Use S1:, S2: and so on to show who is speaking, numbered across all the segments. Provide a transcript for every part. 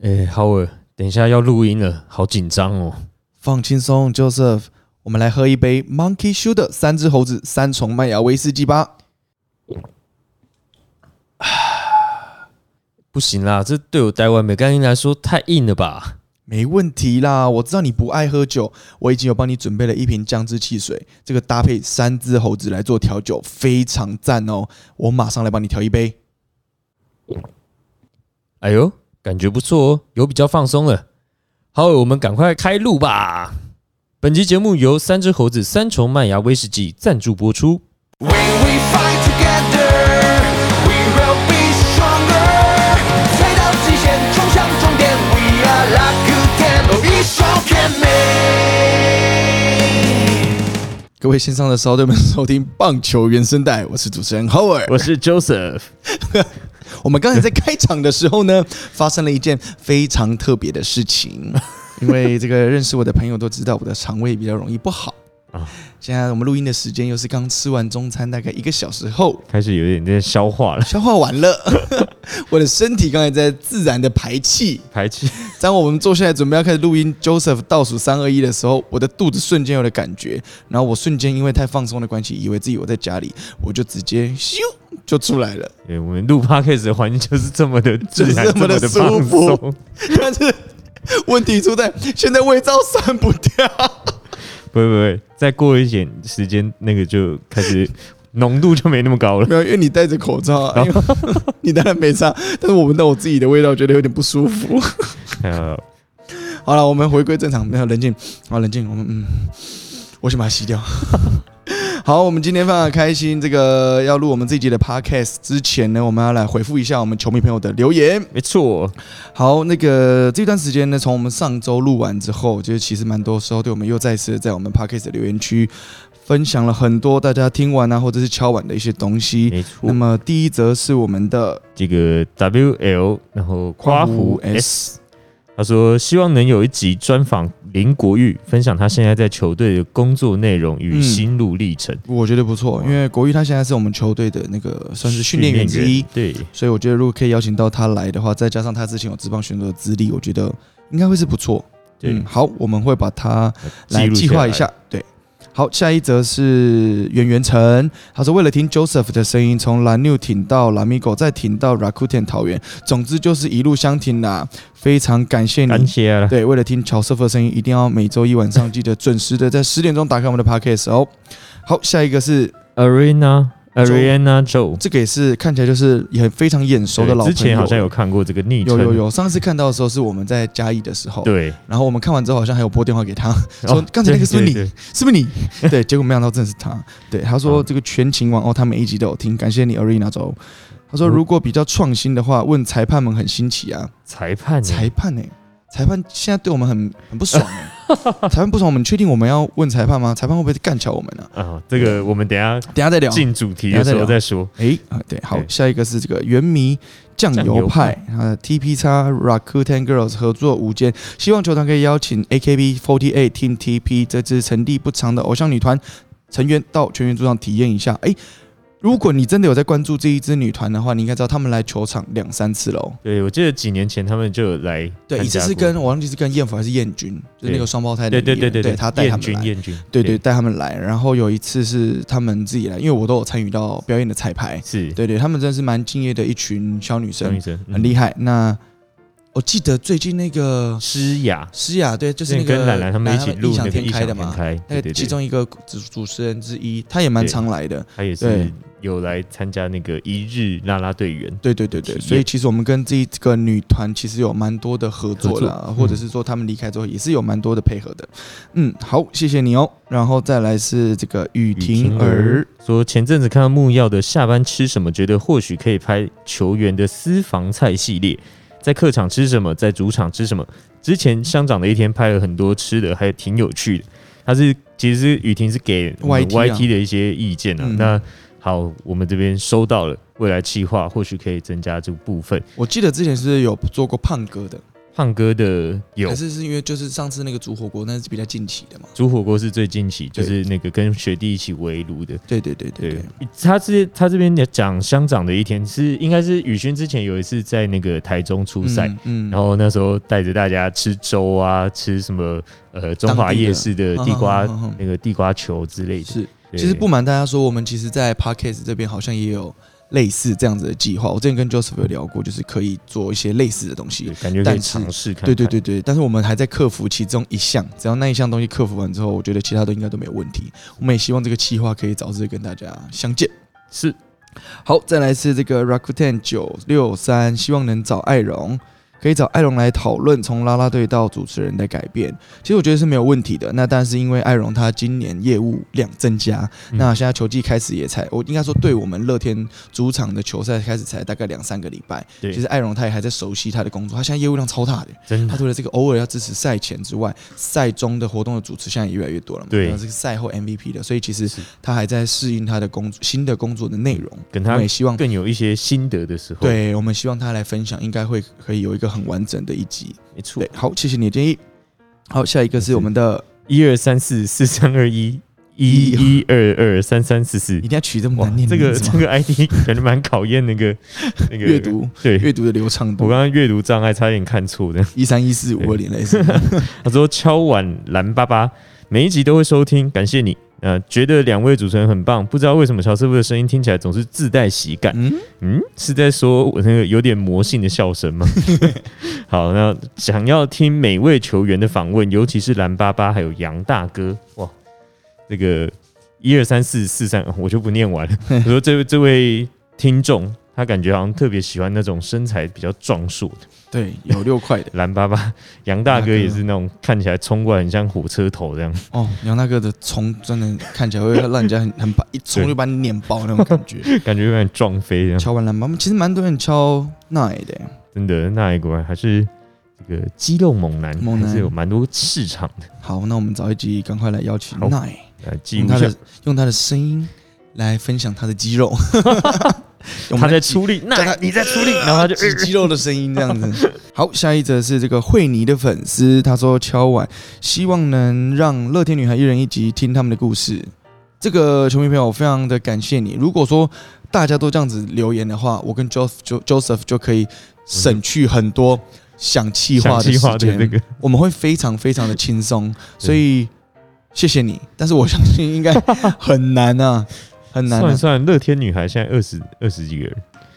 S1: 哎、浩尔，等一下要录音了，好紧张哦。
S2: 放轻松，Joseph，我们来喝一杯 Monkey Shoulder 三只猴子三重麦芽威士忌吧。
S1: 不行啦，这对我台湾美干音来说太硬了吧？
S2: 没问题啦，我知道你不爱喝酒，我已经有帮你准备了一瓶姜汁汽水，这个搭配三只猴子来做调酒，非常赞哦。我马上来帮你调一杯。
S1: 哎呦，感觉不错哦，有比较放松了。浩尔，我们赶快开录吧。本集节目由三只猴子三重麦芽威士忌赞助播出。
S3: When we fight together, we will be stronger. 踩到极限，冲向终点，We are like you can, oh you so can make.
S2: 各位线上的烧队们，收听棒球原声带，我是主持人 Howard。
S1: 我是 Joseph。
S2: 我们刚才在开场的时候呢， 发生了一件非常特别的事情，因为这个认识我的朋友都知道我的肠胃比较容易不好
S1: 啊
S2: 现在我们录音的时间又是刚吃完中餐，大概一个小时后
S1: 开始有点在消化了，
S2: 消化完了， 我的身体刚才在自然的排气。
S1: 排 气。
S2: 当我们坐下来准备要开始录音，Joseph 倒数三二一的时候，我的肚子瞬间有了感觉，然后我瞬间因为太放松的关系，以为自己我在家里，我就直接咻就出来了。
S1: 对，我们录 podcast 的环境就是这么的自然，
S2: 就是这么的
S1: 的放
S2: 舒
S1: 松
S2: 服。 但是问题出在现在胃罩散不掉，
S1: 不会不会，再过一点时间，那个就开始浓度就没那么高 了。
S2: 没有，因为你戴着口罩 啊，因为你当然没差，但是我闻到我自己的味道，觉得有点不舒服。
S1: 呃，
S2: 好了，我们回归正常，没有冷静，好冷静，我们嗯，我先把它吸掉。 好，我们今天非常开心，这个要录我们这一集的 podcast 之前呢，我们要来回复一下我们球迷朋友的留言。
S1: 没错，
S2: 好，那个这段时间呢，从我们上周录完之后，就是其实蛮多时候对我们又再次在我们 podcast 的留言区分享了很多大家听完啊，或者是敲完的一些东西。
S1: 没
S2: 那
S1: 错。
S2: 么第一则是我们的
S1: 这个 W L，然后夸胡 S，他说希望能有一集专访林国玉，分享他现在在球队的工作内容与
S2: 嗯
S1: 心路历程。
S2: 我觉得不错，因为国玉他现在是我们球队的那个算是训练员之一，
S1: 对，
S2: 所以我觉得如果可以邀请到他来的话，再加上他之前有职棒选手的资历，我觉得应该会是不错。
S1: 对
S2: 嗯，好，我们会把它来
S1: 录
S2: 计划一下。对，好，下一则是袁元成，他说为了听 Joseph 的声音，从蓝牛挺到蓝米狗，再挺到 Rakuten 桃园，总之就是一路相挺啦。非常感谢
S1: 下来，
S2: 你
S1: 感。谢啊了。
S2: 对，为了听乔瑟夫的声音，一定要每周一晚上记得准时的在十点钟打开我们的 podcast 哦。好，下一个是
S1: Arena Arena Joe，
S2: 这个也是看起来就是也非常眼熟的老朋
S1: 对
S2: 友，
S1: 之前好像有看过这个昵
S2: 有
S1: 称，
S2: 有有，上次看到的时候是我们在嘉义的时候，
S1: 对，
S2: 然后我们看完之后好像还有拨电话给他，说
S1: 哦
S2: 刚才那个是不是
S1: 对
S2: 你
S1: 对对
S2: 是不 是你？对，结果没想到真的是他。对，他说
S1: 嗯
S2: 这个全勤王哦，他每一集都有听，感谢你 Arena 周。他说
S1: 嗯
S2: 如果比较创新的话，问裁判们很新奇啊，
S1: 裁判呢
S2: 裁判呢、欸裁判现在对我们很很不爽、 欸，裁判不爽，我们确定我们要问裁判吗？裁判会不会干掉我们呢、
S1: 啊，这个我们等一下
S2: 等一下再聊。
S1: 进主题的时候再说。
S2: 诶，啊，对，好，
S1: 哎对
S2: 下一个是这个原迷酱
S1: 酱
S2: 油
S1: 油
S2: 派，啊 t p x Rakuten Girls 合作无间，希望球团可以邀请 AKB48 Team TP 这支成立不长的偶像女团成员到全员主场体验一下。诶，如果你真的有在关注这一支女团的话，你应该知道他们来球场两三次喽。
S1: 对，我记得几年前他们就有来
S2: 对，
S1: 参
S2: 一次
S1: 加
S2: 是
S1: 过
S2: 跟我忘记是跟燕府还是燕君，就是那个
S1: 对
S2: 双胞胎的
S1: 对
S2: 女演
S1: 对对
S2: 员，
S1: 对
S2: 对，他带他
S1: 燕
S2: 们
S1: 军
S2: 来，
S1: 燕军，
S2: 对对，带他们来。然后有一次是他们自己来，因为我都有参与到表演的彩排，
S1: 是
S2: 对对，他们真的是蛮敬业的一群小女
S1: 张
S2: 生
S1: 医，生嗯
S2: 很厉害。那我记得最近那个
S1: 诗雅
S2: 诗雅，对，就是那个
S1: 跟懒懒他们一起录
S2: 异想
S1: 那个
S2: 天
S1: 异
S2: 开
S1: 想
S2: 的
S1: 天
S2: 嘛，
S1: 开，
S2: 那
S1: 对
S2: 个
S1: 对
S2: 其
S1: 对，
S2: 中一个主主持人之一，他也蛮
S1: 对
S2: 常来的。
S1: 他也是
S2: 对
S1: 有来参加那个一日啦啦队员，
S2: 对对对对，
S1: 体验
S2: 所以其实我们跟这一个女团其实有蛮多的合作啦，
S1: 合作
S2: 或者是说他们离开之后也是有蛮多的配合的。嗯，好，谢谢你哦。然后再来是这个雨婷儿，
S1: 说前阵子看到木曜的下班吃什么，觉得或许可以拍球员的私房菜系列，在客场吃什么，在主场吃什么。之前乡长的一天拍了很多吃的，还挺有趣的。他是其实是雨婷是给我们
S2: YT 啊
S1: YT 的一些意见啊。
S2: 嗯
S1: 那好，我们这边收到了，未来计划或许可以增加这部分。
S2: 我记得之前是有做过胖哥的，
S1: 胖哥的有
S2: 还是是因为就是上次那个煮火锅，那是比较近期的嘛？
S1: 煮火锅是最近期，就是那个跟学弟一起围炉的。
S2: 对对对
S1: 对
S2: 对对，，
S1: 他是他这边讲乡长的一天是应该是宇轩之前有一次在那个台中出赛，
S2: 嗯，嗯
S1: 然后那时候带着大家吃粥啊，吃什么呃中华夜市的地瓜
S2: 嗯嗯嗯嗯嗯
S1: 那个地瓜球之类的。
S2: 是，
S1: 对
S2: 其实不瞒大家说，我们其实，在 Podcast 这边好像也有类似这样子的计划。我之前跟 Joseph 有聊过，就是可以做一些类似的东西
S1: 对。感觉可以
S2: 但是
S1: 尝试看看。
S2: 对对对对，但是我们还在克服其中一项，只要那一项东西克服完之后，我觉得其他都应该都没有问题。我们也希望这个计划可以早日跟大家相见。
S1: 是
S2: 好，再来是这个 Rakuten 九六三，希望能找艾荣，可以找艾荣来讨论从啦啦队到主持人的改变。其实我觉得是没有问题的。那但是因为艾荣他今年业务量增加，
S1: 嗯
S2: 那现在球季开始也才，我应该说对我们乐天主场的球赛开始才大概两三个礼拜。
S1: 对嗯
S2: 其实艾荣他也还在熟悉他的工作，他现在业务量超大的。
S1: 真
S2: 他
S1: 的
S2: 除了这个偶尔要支持赛前之外，赛中的活动的主持现在也越来越多了嘛，
S1: 对
S2: 然后这个赛后 MVP 的，所以其实
S1: 是
S2: 他还在适应他的工作新的工作的内容。
S1: 跟
S2: 我
S1: 他
S2: 们也希望
S1: 更有一些心得的时候，，
S2: 对，我们希望他来分享，应该会可以有一个很完整的一集。
S1: 没错
S2: 对，，好，谢谢你的建议。好，下一个是我们的，
S1: 一二三四四三二一一一二二三三四四
S2: 一，定要取这么
S1: 哇
S2: 嗯难，念的
S1: 这个
S2: 名字
S1: 这
S2: 吗
S1: 个 ID 感觉蛮考验那个那个
S2: 阅。 读
S1: 对，
S2: 阅读的流畅
S1: 我
S2: 度
S1: 刚，刚阅读障碍差点看错的。
S2: 一三一四五二零类似。
S1: 他说敲碗蓝爸爸，每一集都会收听，感谢你。呃，觉得两位主持人很棒，不知道为什么乔师傅的声音听起来总是自带喜感。
S2: 嗯，
S1: 嗯，是在说我那个有点魔性的笑声吗？ 好，那想要听每位球员的访问，尤其是蓝巴巴还有杨大哥，哇，这个一二三四四三，哦我就不念完了。我说这位这位听众，他感觉好像特别喜欢那种身材比较壮硕的
S2: 对，有六块的
S1: 蓝巴巴， 杨大
S2: 大
S1: 哥
S2: 哥
S1: 也是那种看起来冲过来很像火车头这样。
S2: 哦。杨大哥的冲真的看起来会让人家很很把一冲就把你碾爆那种感 觉。
S1: 感觉有点撞飞这样。
S2: 敲完篮板，其实蛮多人敲奈的，
S1: 真的，那一果然还是这个肌肉猛男，
S2: 猛男
S1: 还是有蛮多市场的。
S2: 好，那我们早一集赶快来邀请
S1: 好
S2: 奈，
S1: 来记
S2: 用
S1: 录
S2: 嗯他
S1: 一下
S2: 的，用他的声音来分享他的肌 肉。 我
S1: 他
S2: 们
S1: 在
S2: 来挤
S1: 出力，
S2: 叫
S1: 那
S2: 他
S1: 你在出力，然后他 就
S2: 挤肌肉的声音这样子。 好，下一则是这个惠妮的粉丝，他说敲碗，希望能让乐天女孩一人一集听他们的故事。这个球迷朋友，我非常的感谢你。如果说大家都这样子留言的话，我跟 Joseph 就 Joseph 就可以省去很多想气
S1: 想
S2: 话的
S1: 计
S2: 时
S1: 划的
S2: 间。
S1: 这个
S2: 我们会非常非常的轻松，所以谢谢你。但是我相信应该很难啊，很难、
S1: 算
S2: 啊
S1: 一。算，乐天女孩现在二十二十几个人，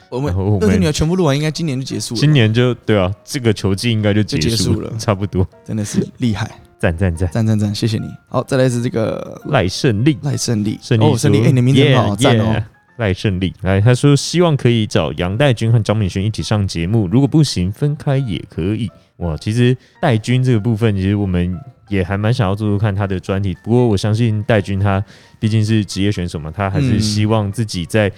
S2: 我
S1: 然
S2: 们
S1: 后我
S2: 乐天女
S1: 们
S2: 孩全部录完，应该今年就结束
S1: 今
S2: 了，
S1: 年就对啊，这个球季应该就结
S2: 就结
S1: 束
S2: 束了
S1: 差不多。
S2: 真的是厉害，
S1: 赞赞赞，
S2: 赞赞赞，谢谢你。好，再来是这个
S1: 赖胜利，
S2: 赖胜利，
S1: 胜利
S2: 哦，
S1: 说，
S2: 胜利，哎、你的名字很好，
S1: Yeah，
S2: 赞
S1: yeah
S2: 哦。
S1: 赖胜利来，他说希望可以找杨代军和张敏轩一起上节目，如果不行分开也可以。哇，其实代军这个部分，其实我们也还蛮想要做做看他的专题。不过我相信代军他毕竟是职业选手嘛，他还是
S2: 嗯
S1: 希望自己在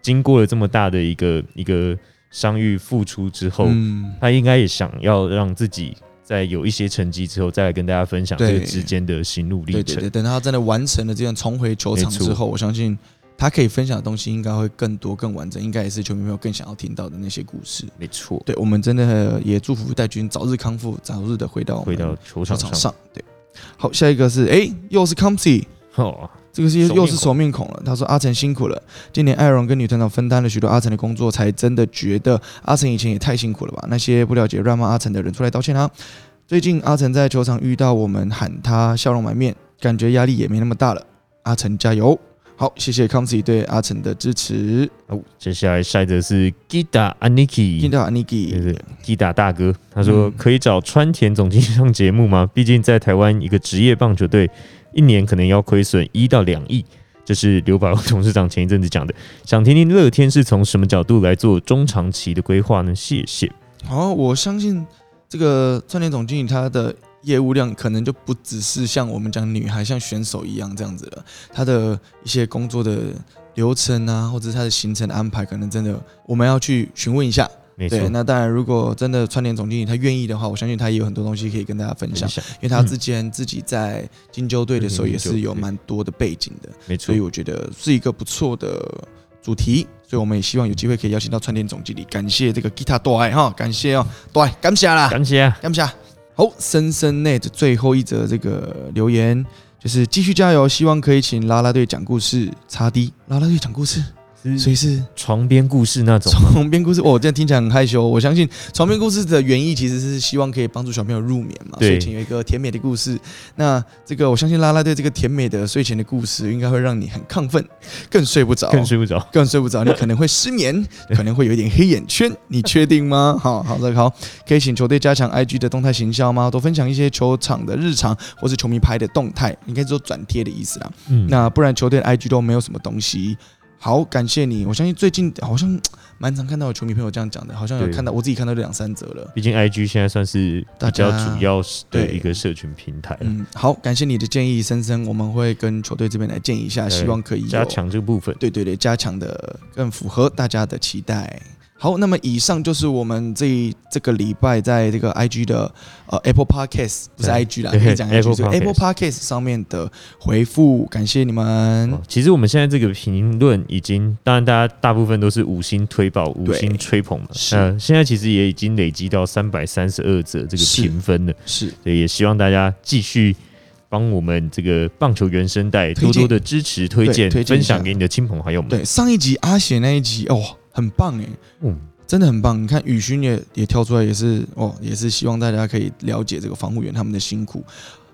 S1: 经过了这么大的一个一个伤愈复出之后，
S2: 嗯，
S1: 他应该也想要让自己在有一些成绩之后，再来跟大家分享这个
S2: 对
S1: 之间的心路历
S2: 对
S1: 程。
S2: 对对，等他真的完成了这样重回球场
S1: 没错
S2: 之后，我相信他可以分享的东西应该会更多、更完整，应该也是球迷朋友更想要听到的那些故事。
S1: 没错，
S2: 对我们真的也祝福戴军早日康复，早日的回到我们
S1: 回到球
S2: 球
S1: 场
S2: 场
S1: 上。
S2: 上。对，好，下一个是哎、又是 Comsy，
S1: 哦，
S2: 这个是
S1: 熟面孔
S2: 又是熟面孔了。他说阿成辛苦了，今年艾荣跟女团长分担了许多阿成的工作，才真的觉得阿成以前也太辛苦了吧？那些不了解乱骂阿成的人出来道歉啊！最近阿成在球场遇到我们喊他笑容满面，感觉压力也没那么大了。阿成加油！好，谢谢 Comsy 对阿成的支持。
S1: 好，接下来晒的是 Gita Aniki，
S2: 听到
S1: 对
S2: Aniki，
S1: 对，Gita 大哥，他说
S2: 嗯
S1: 可以找川田总经理上节目吗？毕竟在台湾一个职业棒球队一年可能要亏损一到两亿，这是刘百万董事长前一阵子讲的。想听听乐天是从什么角度来做中长期的规划呢？谢谢。
S2: 好，我相信这个川田总经理他的业务量可能就不只是像我们讲女孩像选手一样这样子了，他的一些工作的流程啊，或者是他的行程安排，可能真的我们要去询问一下。
S1: 没错
S2: 对，，那当然，如果真的川田总经理他愿意的话，我相信他也有很多东西可以跟大家分享
S1: 分，享
S2: 因为他之前自己在金州队的时候也是有蛮多的背景的，
S1: 没
S2: 所
S1: 错
S2: 以，我觉得是一个不错的主题。所所以我们也希望有机会可以邀请到串联总经理，感谢这个吉他大爱哈，感谢哦，大爱感谢啦，
S1: 感谢啊，
S2: 感谢。好，深深内的最后一则这个留言就是继续加油，希望可以请啦啦队讲故事。擦 D 啦啦队讲故事，所以是
S1: 床边故事那种吗，
S2: 床边故事。哦，这样听起来很害羞。我相信床边故事的原意其实是希望可以帮助小朋友入眠嘛，
S1: 对
S2: 睡前有一个甜美的故事。那这个我相信啦啦队这个甜美的睡前的故事，应该会让你很亢奋，更睡不着，
S1: 更睡不着。
S2: 更睡不着，你可能会失眠，可能会有一点黑眼圈，你确定吗？好好的好，可以请球队加强 IG 的动态行销吗？多分享一些球场的日常，或是球迷拍的动态，应该说转贴的意思啦。
S1: 嗯，
S2: 那不然球队的 IG 都没有什么东西。好，感谢你，我相信最近好像蛮常看到有球迷朋友这样讲的，好像有
S1: 对
S2: 看到我自己看到两三则了。
S1: 毕竟 IG 现在算是比较主要的一个社群平台了，
S2: 嗯，好，感谢你的建议，森森，我们会跟球队这边来建议一下，
S1: 对
S2: 希望可以有
S1: 加强这个部分。
S2: 对对对，加强的更符合大家的期待。好，那么以上就是我们这一这个礼拜在这个 IG 的呃 Apple Podcast 不是
S1: 对
S2: IG 啦，
S1: 对
S2: 可以讲 IG
S1: Apple
S2: 这个 Apple Podcast 上面的回复，感谢你们
S1: 哦。其实我们现在这个评论已经，当然大家大部分都是五星推爆、五
S2: 对
S1: 星吹捧嘛。
S2: 是
S1: 呃，现在其实也已经累积到三百三十二则这个
S2: 是
S1: 评分了，
S2: 是
S1: 所以也希望大家继续帮我们这个棒球原声带
S2: 推荐
S1: 多多的支持、推荐、
S2: 推荐一
S1: 分
S2: 下
S1: 享给你的亲朋好友们。
S2: 对上一集阿贤那一集哦，很棒哎，
S1: 嗯，
S2: 真的很棒。你看雨勋也也跳出来，也是哦，也是希望大家可以了解这个防护员他们的辛苦，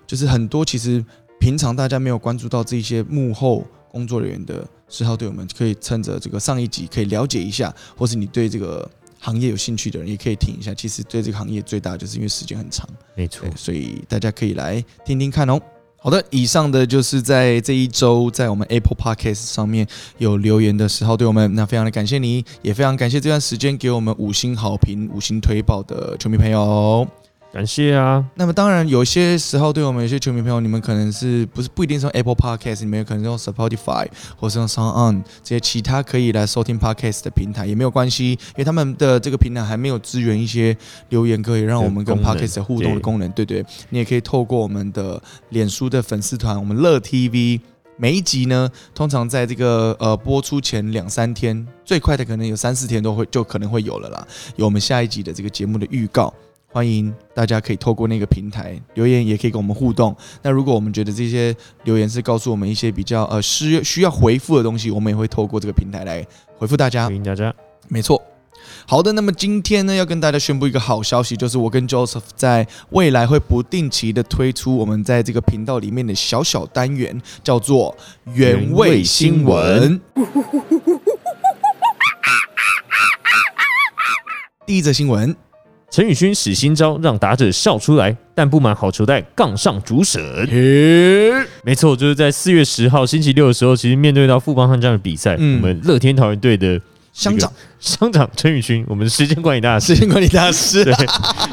S2: 就是很多其实平常大家没有关注到这一些幕后工作人员的嗜好队友们，可以趁着这个上一集可以了解一下，或是你对这个行业有兴趣的人也可以听一下。其实对这个行业最大就是因为时间很长。
S1: 没错
S2: 对，，所以大家可以来听听看哦。好的，以上的就是在这一周在我们 Apple Podcast 上面有留言的十号队友们，那非常的感谢你，也非常感谢这段时间给我们五星好评、五星推爆的球迷朋友。
S1: 感谢啊，
S2: 那么当然，有些时候对我们有些球迷朋友，你们可能是不是不一定是用 Apple Podcast，你们有可能是用 Spotify 或是用 Sound On 这些其他可以来收听 Podcast 的平台也没有关系，因为他们的这个平台还没有支援一些留言可以让我们跟
S1: 功能
S2: Podcast 互动的功能。对对，你也可以透过我们的脸书的粉丝团，我们乐 TV。每一集呢，通常在这个呃播出前两三天，最快的可能有三四天都会就可能会有了啦，有我们下一集的这个节目的预告。欢迎大家可以透过那个平台留言，也可以跟我们互动。那如果我们觉得这些留言是告诉我们一些比较呃需需要回复的东西，我们也会透过这个平台来回复大家
S1: 欢。迎大家。
S2: 没错。好的，那么今天呢，要跟大家宣布一个好消息，就是我跟 Joseph 在未来会不定期的推出我们在这个频道里面的小小单元，叫做原味新
S1: 原味
S2: 闻。第一则新闻，
S1: 陈宇勋使新招，让打者笑出来，但不满好球带杠上主审。没错，就是在四月十号星期六的时候，其实面对到富邦悍将的比赛，
S2: 嗯
S1: 我们乐天桃园队的
S2: 乡长、
S1: 乡长陈宇勋，我们时间管理大师
S2: 时，间管理大 师，
S1: 对，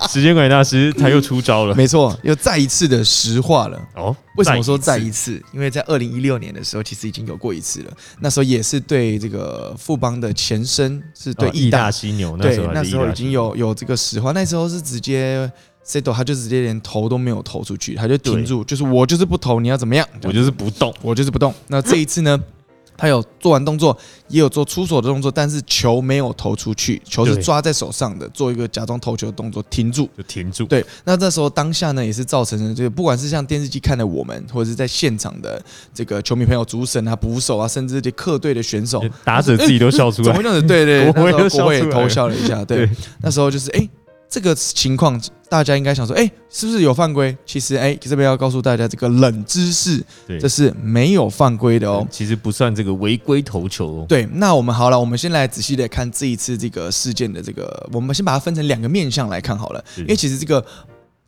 S1: 时间管理大师他又出招了。
S2: 没错，又再一次的实话了。
S1: 哦，
S2: 为什么说再一
S1: 一次？
S2: 次？因为在二零一六年的时候，其实已经有过一次了。那时候也是对这个富邦的前身，是对
S1: 哦
S2: 义
S1: 义
S2: 大
S1: 大犀牛，那
S2: 对
S1: 时候，还
S2: 那
S1: 是义
S2: 时候
S1: 大
S2: 已
S1: 犀
S2: 经
S1: 牛
S2: 有有这个实话，那时候是直接 Seto，他就直接连投都没有投出去，他就停
S1: 对
S2: 住，就是我就是不投，你要怎么样？
S1: 我就是不动，
S2: 我就是不动。那这一次呢，他有做完动作，也有做出手的动作，但是球没有投出去，球是
S1: 对
S2: 抓在手上的，做一个假装投球的动作，停住。
S1: 就停住。
S2: 对，那这时候当下呢，也是造成了这个，不管是像电视机看的我们，或者是在现场的这个球迷朋友、主审啊、捕手啊，甚至这客队的选手，
S1: 打者自己都笑出
S2: 怎
S1: 来
S2: 么会， 这样子？对对，
S1: 国 徽
S2: 那时候
S1: 都笑
S2: 国会也
S1: 出来了
S2: 偷笑了一下。对
S1: 对，
S2: 那时候就是哎、这个情况大家应该想说，哎、是不是有犯规？其实哎、这边要告诉大家这个冷知识，
S1: 对
S2: 这是没有犯规的哦。
S1: 其实不算这个违规投球哦。
S2: 对，那我们好了，我们先来仔细的看这一次这个事件的这个，我们先把它分成两个面向来看好了，
S1: 是
S2: 因为其实这个。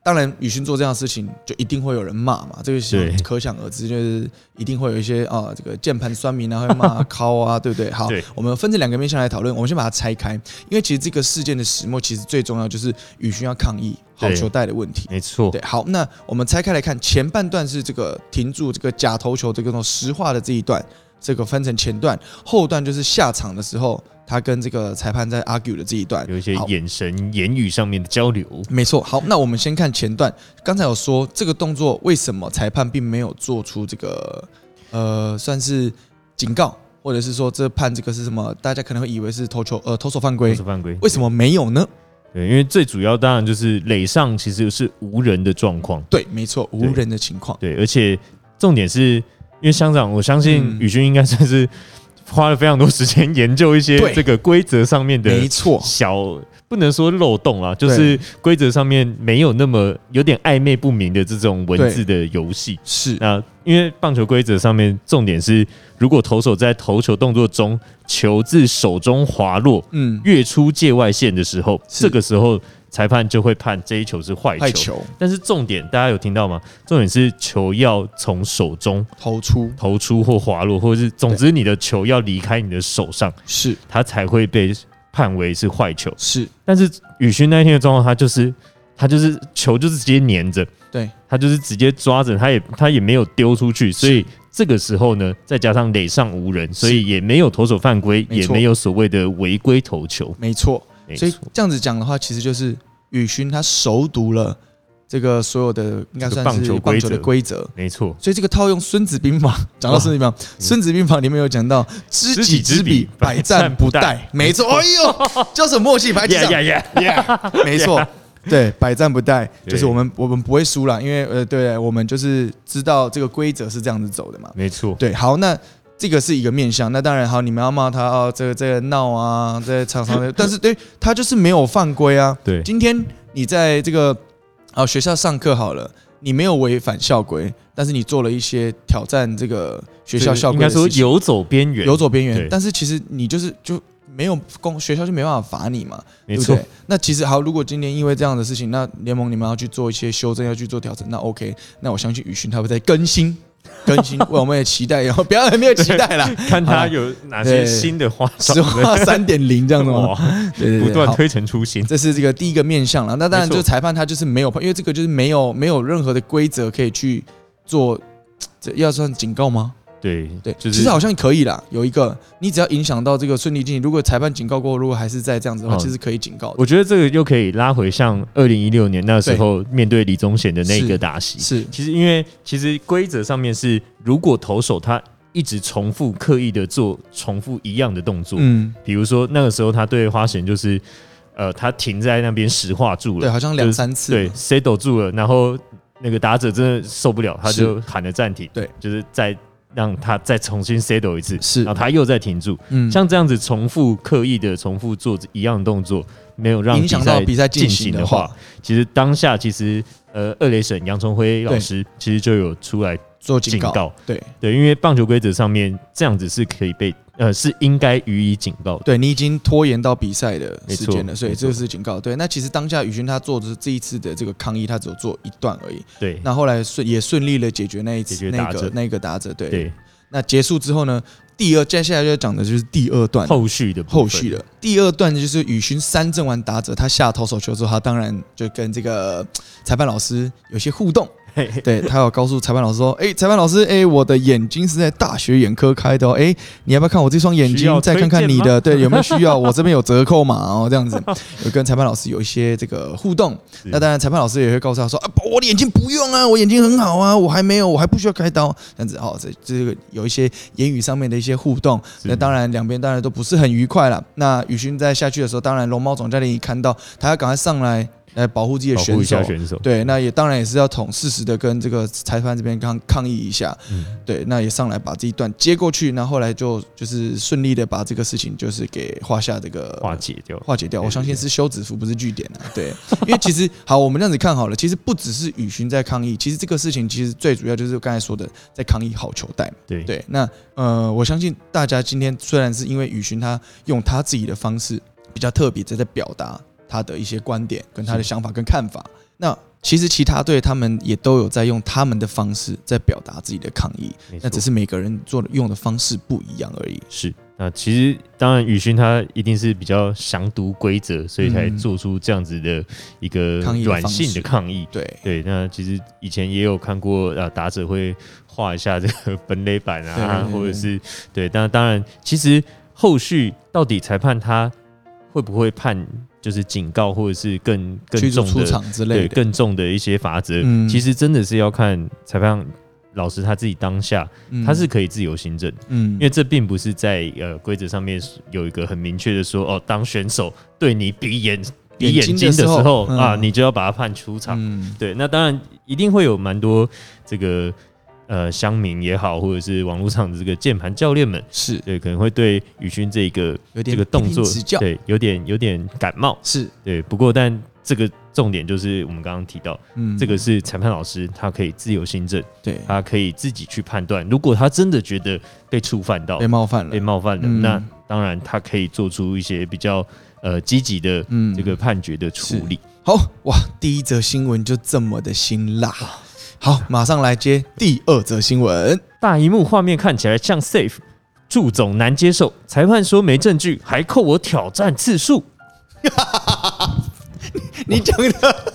S2: 当然，宇勋做这样的事情，就一定会有人骂嘛，这个是
S1: 对
S2: 可想而知，就是一定会有一些啊，这个键盘酸民啊会骂啊敲啊，对不对？好
S1: 对，
S2: 我们分成两个面向来讨论，我们先把它拆开，因为其实这个事件的始末，其实最重要就是宇勋要抗议好
S1: 对
S2: 球带的问题。
S1: 没错，
S2: 对，好，那我们拆开来看，前半段是这个停住这个假投球这个种实话的这一段，这个分成前段，后段就是下场的时候，他跟这个裁判在 argue 的这一段，
S1: 有一些
S2: 好
S1: 眼神、言语上面的交流。
S2: 没错，好，那我们先看前段。刚才有说这个动作为什么裁判并没有做出这个呃，算是警告，或者是说这判这个是什么？大家可能会以为是投球呃投手犯规
S1: 都是，犯规。
S2: 为什么没有呢？
S1: 对，因为最主要当然就是垒上其实是无人的状况，
S2: 对，没错，无
S1: 对
S2: 人的情况。
S1: 对，而且重点是因为乡长，我相信
S2: 嗯
S1: 宇君应该算是花了非常多时间研究一些
S2: 对
S1: 这个规则上面的
S2: 没错，
S1: 小，不能说漏洞啦，就是规则上面没有那么有点暧昧不明的这种文字的游戏。
S2: 是
S1: 那因为棒球规则上面重点是，如果投手在投球动作中球自手中滑落，
S2: 嗯，
S1: 越出界外线的时候，
S2: 是
S1: 这个时候裁判就会判这一球是坏
S2: 快
S1: 球。
S2: 球
S1: 但是重点，大家有听到吗？重点是球要从手中
S2: 投出
S1: 投出或滑落，或者是总之你的球要离开你的手上，
S2: 是
S1: 它才会被判为是坏球。
S2: 是
S1: 但是宇勋那一天的状况，他就是他就是球就是直接粘着，
S2: 对，
S1: 他就是直接抓着，他也他也没有丢出去，所以这个时候呢，再加上垒上无人，所以也没有投手犯规，
S2: 没
S1: 也
S2: 错
S1: 没有所谓的违规投球。
S2: 没错。
S1: 没
S2: 所以
S1: 错
S2: 这样子讲的话，其实就是宇勋他熟读了这个所有的应该
S1: 这个
S2: 算
S1: 棒
S2: 是
S1: 球
S2: 棒
S1: 规
S2: 球的
S1: 则嗯
S2: 规则。
S1: 没错，
S2: 所以这个套用《孙子兵法》，讲到《孙子兵法》，《孙子兵法》里面有讲到“知
S1: 知
S2: 己
S1: 己
S2: 知
S1: 知
S2: 彼
S1: 彼，
S2: 百战不
S1: 百
S2: 殆
S1: 战不”。
S2: 没 错，哎呦，叫什么默契排几
S1: 呀
S2: 掌？
S1: 呀呀！
S2: Yeah，没错。对，百战不殆，
S1: 对
S2: 就是我们我们不会输啦，因为呃，对我们就是知道这个规则是这样子走的嘛。
S1: 没错，
S2: 对，好，那这个是一个面向，那当然好，你们要骂他哦，这个这个闹啊，在场 上的，但是对他就是没有犯规啊。
S1: 对
S2: 今天你在这个啊学校上课好了，你没有违反校规，但是你做了一些挑战这个学校校
S1: 应
S2: 规
S1: 该
S2: 的
S1: 说
S2: 事情，
S1: 游走边缘，
S2: 游走边缘
S1: 对，
S2: 但是其实你就是就没有公学校就没办法罚你嘛，
S1: 没
S2: 对不
S1: 错
S2: 对，？那其实好，如果今天因为这样的事情，那联盟你们要去做一些修正，要去做调整，那 OK，那我相信宇勋他会在 更新。更新，为我们也期待，然后不要没有期待啦，
S1: 看
S2: 好啦
S1: 他有哪些
S2: 对
S1: 新的花招
S2: 实话三点零这 样子吗？
S1: 哇，
S2: 对对对，
S1: 不断
S2: 好
S1: 推陈出新，
S2: 这是这个第一个面向了。那当然，
S1: 没错
S2: 就裁判他就是没有，因为这个就是没有没有任何的规则可以去做，这要算警告吗？
S1: 对
S2: 对，
S1: 就
S2: 其
S1: 是
S2: 实好像可以啦。有一个，你只要影响到这个顺利进行，如果裁判警告过，如果还是在这样子的话，
S1: 嗯
S2: 其实可以警告的。
S1: 我觉得这个又可以拉回像二零一六年那时候面对李宗贤的那
S2: 是
S1: 个打席。
S2: 是
S1: 其实因为其实规则上面是，如果投手他一直重复刻意的做重复一样的动作，
S2: 嗯，
S1: 比如说那个时候他对花贤就是，呃，他停在那边石化住
S2: 对，
S1: 了，
S2: 好像
S1: 就
S2: 两
S1: 是
S2: 三次嘛。
S1: 对，谁抖住了，然后那个打者真的受不了，他就喊了暂停，
S2: 对，
S1: 就是再让他再重新 settle 一次，
S2: 是
S1: 然后他又再停住，
S2: 嗯，
S1: 像这样子重复刻意的重复做一样动作，没有让
S2: 影响到比
S1: 比
S2: 赛
S1: 赛
S2: 进行
S1: 行
S2: 的
S1: 的
S2: 话，，
S1: 其实当下其实呃，二雷神杨崇辉老师其实就有出来
S2: 做
S1: 警
S2: 警告，
S1: 告，
S2: 对，
S1: 对，因为棒球规则上面这样子是可以被呃是应该予以警告的，
S2: 对你已经拖延到比赛的时间了，
S1: 没错
S2: 所以
S1: 没
S2: 这
S1: 错
S2: 个是警告。对，那其实当下宇轩他做的这一次的这个抗议，他只有做一段而已。
S1: 对
S2: 那后来顺也顺利的解决那一次
S1: 哎解决
S2: 那
S1: 打
S2: 个
S1: 者
S2: 那个打者，对。
S1: 对，
S2: 那结束之后呢，第二接下来就讲的就是第二段
S1: 后续的部分
S2: 后续的第二段就是宇勋三振完打者，他下投手球之后，他当然就跟这个裁判老师有些互动。
S1: 嘿嘿
S2: 对他有告诉裁判老师说：“哎、裁判老师，哎、我的眼睛是在大学眼科开的哦，哎、你要不要看我这双眼
S1: 需要
S2: 睛？再
S1: 推
S2: 看看
S1: 荐
S2: 你
S1: 吗
S2: 的，对，有没 有需要？我这边有折扣码哦，这样子，有跟裁判老师有一些这个互动。那当然，裁判老师也会告诉他说：啊，不我的眼睛不用啊，我眼睛很好啊，我还没有，我还不需要开刀，这样子哦，这这个有一些言语上面的一些互动。
S1: 是
S2: 那当然，两边当然都不是很愉快了。那宇勋在下去的时候，当然龙猫总教练也看到，他要赶快上来来保护自己的
S1: 保护
S2: 选
S1: 一
S2: 手
S1: 下。选手，
S2: 对，那也当然也是要统适时的跟这个裁判这边抗抗议一下，
S1: 嗯
S2: 对，那也上来把这一段接过去，那后来就就是顺利的把这个事情就是给画下这个
S1: 化解掉，
S2: 化解掉，
S1: 对
S2: 我相信是休止符，不是据点啊。对，因为其实好，我们这样子看好了，其实不只是宇勋在抗议，其实这个事情其实最主要就是刚才说的在抗议好球带嘛。
S1: 对
S2: 对，那呃，我相信大家今天虽然是因为宇勋他用他自己的方式比较特别的在表达他的一些观点、跟他的
S1: 是
S2: 想法跟看法，那其实其他队他们也都有在用他们的方式在表达自己的抗议，
S1: 没错
S2: 那只是每个人做的用的方式不一样而已。
S1: 是，那其实当然，宇勋他一定是比较详读规则，所以才
S2: 嗯
S1: 做出这样子的一个
S2: 抗议的
S1: 软
S2: 方
S1: 性
S2: 式
S1: 的抗议。
S2: 对，
S1: 对，那其实以前也有看过啊，打者会画一下这个 本垒板
S2: 对对
S1: 啊，
S2: 对
S1: 或者是对，但当然，其实后续到底裁判他会不会判，就是警告或者是更更
S2: 驱逐
S1: 重
S2: 出
S1: 的
S2: 场之类
S1: 对
S2: 的，
S1: 更重的一些罚则，
S2: 嗯
S1: 其实真的是要看裁判老师他自己当下
S2: 嗯
S1: 他是可以自由行政，
S2: 嗯，
S1: 因为这并不是在呃规则上面有一个很明确的说哦，当选手对你比眼比眼
S2: 眼睛
S1: 睛
S2: 的
S1: 的时
S2: 时候
S1: 候
S2: 嗯
S1: 啊，你就要把他判出场。
S2: 嗯
S1: 对，那当然一定会有蛮多这个呃乡民也好，或者是网络上的这个键盘教练们，
S2: 是
S1: 对，可能会对宇勋这个
S2: 有
S1: 这
S2: 点
S1: 个动
S2: 批评
S1: 作
S2: 指教，
S1: 对有点有点感冒。
S2: 是
S1: 对，不过但这个重点就是我们刚刚提到，
S2: 嗯
S1: 这个是裁判老师他可以自由行政，
S2: 对
S1: 他可以自己去判断。如果他真的觉得被触犯到
S2: 被、冒犯了
S1: 被，冒犯了，
S2: 嗯
S1: 那当然他可以做出一些比较呃积极的
S2: 嗯
S1: 这个判决的处理。
S2: 好哇，第一则新闻就这么的辛辣。好，马上来接第二则新闻。
S1: 大荧幕画面看起来像 safe，祝总难接受，裁判说没证据，还扣我挑战次数。
S2: 你讲的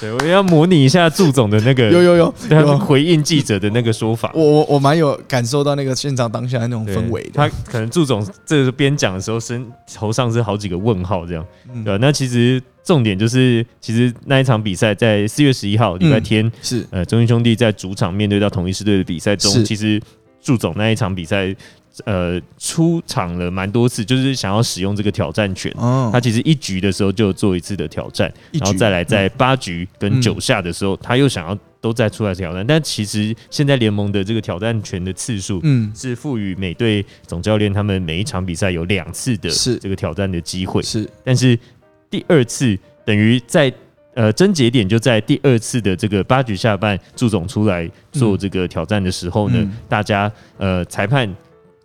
S1: 对，我要模拟一下祝总的那个
S2: 有有有
S1: 对他
S2: 有，
S1: 回应记者的那个说法。
S2: 我我我蛮有感受到那个现场当下的那种
S1: 对
S2: 氛围的。
S1: 他可能祝总这个边讲的时候，身头上是好几个问号，这样
S2: 嗯
S1: 对吧、那其实重点就是，其实那一场比赛在四月十一号礼拜天，
S2: 是
S1: 呃，中信兄弟在主场面对到统一狮队的比赛
S2: 是
S1: 中，其实祝总那一场比赛，呃，出场了蛮多次，就是想要使用这个挑战权。
S2: 哦，
S1: 他其实一局的时候就有做一次的挑战，
S2: 一
S1: 然后
S2: 局
S1: 再来在八局
S2: 嗯
S1: 跟九下的时候，他又想要都再出来挑战。但其实现在联盟的这个挑战权的次数，
S2: 嗯
S1: 是赋予每队总教练他们每一场比赛有两次的
S2: 是
S1: 这个挑战的机会，
S2: 是
S1: 但是第二次等于在呃争节点就在第二次的这个八局下半，祝总出来做这个挑战的时候呢，
S2: 嗯
S1: 大家呃裁判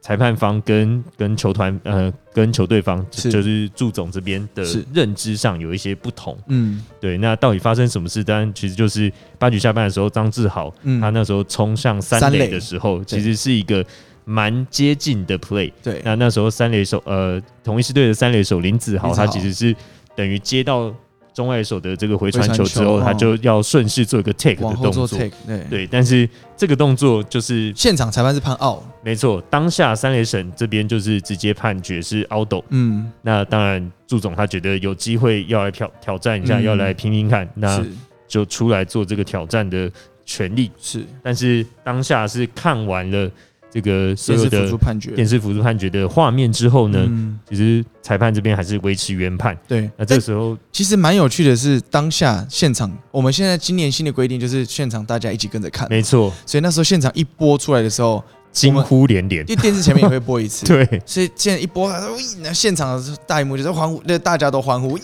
S1: 裁判方跟跟球团呃跟球队方
S2: 是
S1: 就是祝总这边的
S2: 是
S1: 认知上有一些不同，
S2: 嗯
S1: 对，那到底发生什么事？当然，其实就是八局下半的时候，张志豪、
S2: 嗯
S1: 他那时候冲向三
S2: 三垒
S1: 垒的时候，其实是一个蛮接近的 play。
S2: 对
S1: 那那时候三垒手，呃，同一支队的三垒手林子豪，
S2: 林子豪
S1: 他其实是等于接到中外手的这个回传球之
S2: 回
S1: 后，
S2: 传球
S1: 他就要顺势做一个 take
S2: 往
S1: 的
S2: 后
S1: 动
S2: 做
S1: 作。
S2: take 对。
S1: 对，但是这个动作就是
S2: 现场裁判是判 out，
S1: 没错，当下三垒审这边就是直接判决是 out。
S2: 嗯，
S1: 那当然，祝总他觉得有机会要来挑挑战一下，
S2: 嗯
S1: 要来拼拼看。那
S2: 是
S1: 就出来做这个挑战的权利。
S2: 是，
S1: 但是当下是看完了这个所
S2: 也
S1: 有
S2: 是辅
S1: 的
S2: 助判决
S1: 电。视辅助判决的画面之后呢，
S2: 嗯，
S1: 其实裁判这边还是维持原判。
S2: 对。哎
S1: 那这时候
S2: 其实蛮有趣的是，当下现场，我们现在今年新的规定就是现场大家一起跟着看，
S1: 没错，
S2: 所以那时候现场一播出来的时候，
S1: 惊呼连连。
S2: 因为电视前面也会播一 次，
S1: 对，
S2: 所以现在一播，喂那现场的大荧幕就是欢呼，那大家都欢呼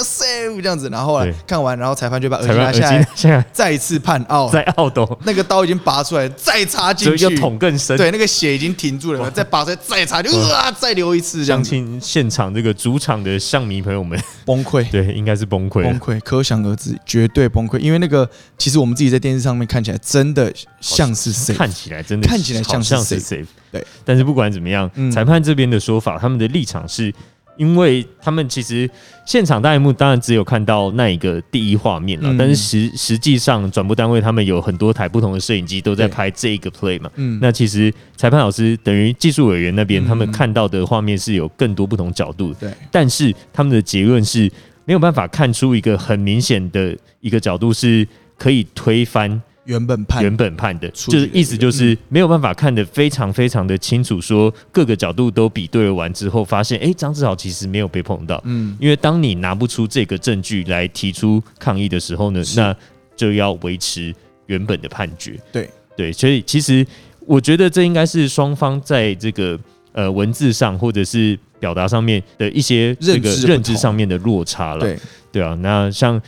S2: ，yes，这样子。然后后来
S1: 对
S2: 看完，然后裁判就把耳机
S1: 裁判
S2: 拿
S1: 耳机
S2: 下呃 来，
S1: 现在
S2: 再一次判 out，
S1: 在澳斗，
S2: 那个刀已经拔出来，再插进
S1: 就要
S2: 去，
S1: 捅更深。
S2: 对，那个血已经停住了，再拔出来，再插，就啊，再流一次，这样
S1: 相
S2: 子
S1: 信现场这个主场的象迷朋友 们，
S2: 崩溃。
S1: 对，应该是崩溃
S2: 崩
S1: 了。
S2: 溃，可想而知，绝对崩溃。因为那个，其实我们自己在电视上面看起来，真的像是谁？
S1: 看起来真的
S2: 看起来像
S1: 好
S2: 是
S1: 像是
S2: safe
S1: safe，
S2: 对。
S1: 但是不管怎么样，
S2: 嗯
S1: 裁判这边的说法，他们的立场是，因为他们其实现场大荧幕当然只有看到那一个第一画面了，
S2: 嗯
S1: 但是实实际上转播单位他们有很多台不同的摄影机都在拍这一个 play 嘛。
S2: 嗯，
S1: 那其实裁判老师等于技术委员那边，
S2: 嗯
S1: 他们看到的画面是有更多不同角度的，
S2: 对，
S1: 但是他们的结论是没有办法看出一个很明显的一个角度是可以推翻
S2: 原本判
S1: 原本判的，
S2: 出
S1: 就是
S2: 局的嗯
S1: 意思就是没有办法看得非常非常的清楚，说各个角度都比对了完之后，发现哎，诶张志豪其实没有被碰到，
S2: 嗯，
S1: 因为当你拿不出这个证据来提出抗议的时候呢，
S2: 是
S1: 那就要维持原本的判决。
S2: 对
S1: 对，所以其实我觉得这应该是双方在这个呃文字上或者是表达上面的一些这个
S2: 认知不
S1: 认知
S2: 同
S1: 上面的落差了。
S2: 对，
S1: 对啊，那像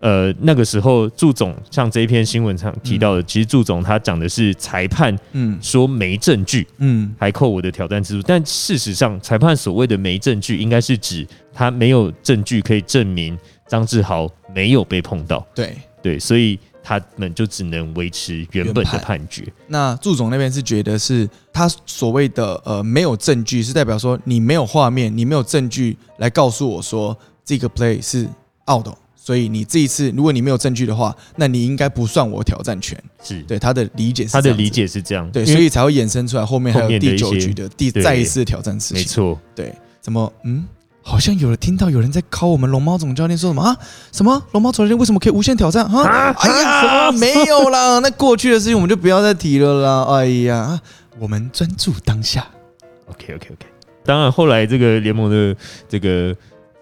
S1: 呃那个时候，祝总像这一篇新闻上提到的，其实祝总他讲的是裁判
S2: 嗯
S1: 说没证据，
S2: 嗯，
S1: 还扣我的挑战之数，但事实上，裁判所谓的没证据，应该是指他没有证据可以证明张志豪没有被碰到，
S2: 对。
S1: 对，所以他们就只能维持原本
S2: 原
S1: 的
S2: 判
S1: 判决，
S2: 那祝总那边是觉得是他所谓的呃没有证据，是代表说你没有画面，你没有证据来告诉我说这个 play 是 out，的所以你这一次如果你没有证据的话，那你应该不算我挑战权。
S1: 是
S2: 对他的理解是
S1: 他的
S2: 这样子
S1: 理解是这样，
S2: 对，
S1: 因为
S2: 所以才会衍生出来后面还
S1: 后
S2: 有
S1: 面的
S2: 第
S1: 一
S2: 九
S1: 些
S2: 局的第
S1: 对
S2: 再一次挑战事
S1: 没
S2: 情。
S1: 错，
S2: 对，怎么嗯，好像有人听到有人在考我们龙猫总教练说什么啊？什么龙猫总教练为什么可以无限挑战啊？哎呀，没有啦，那过去的事情我们就不要再提了啦。哎呀，我们专注当下。
S1: OK OK OK。当然，后来这个联盟的这个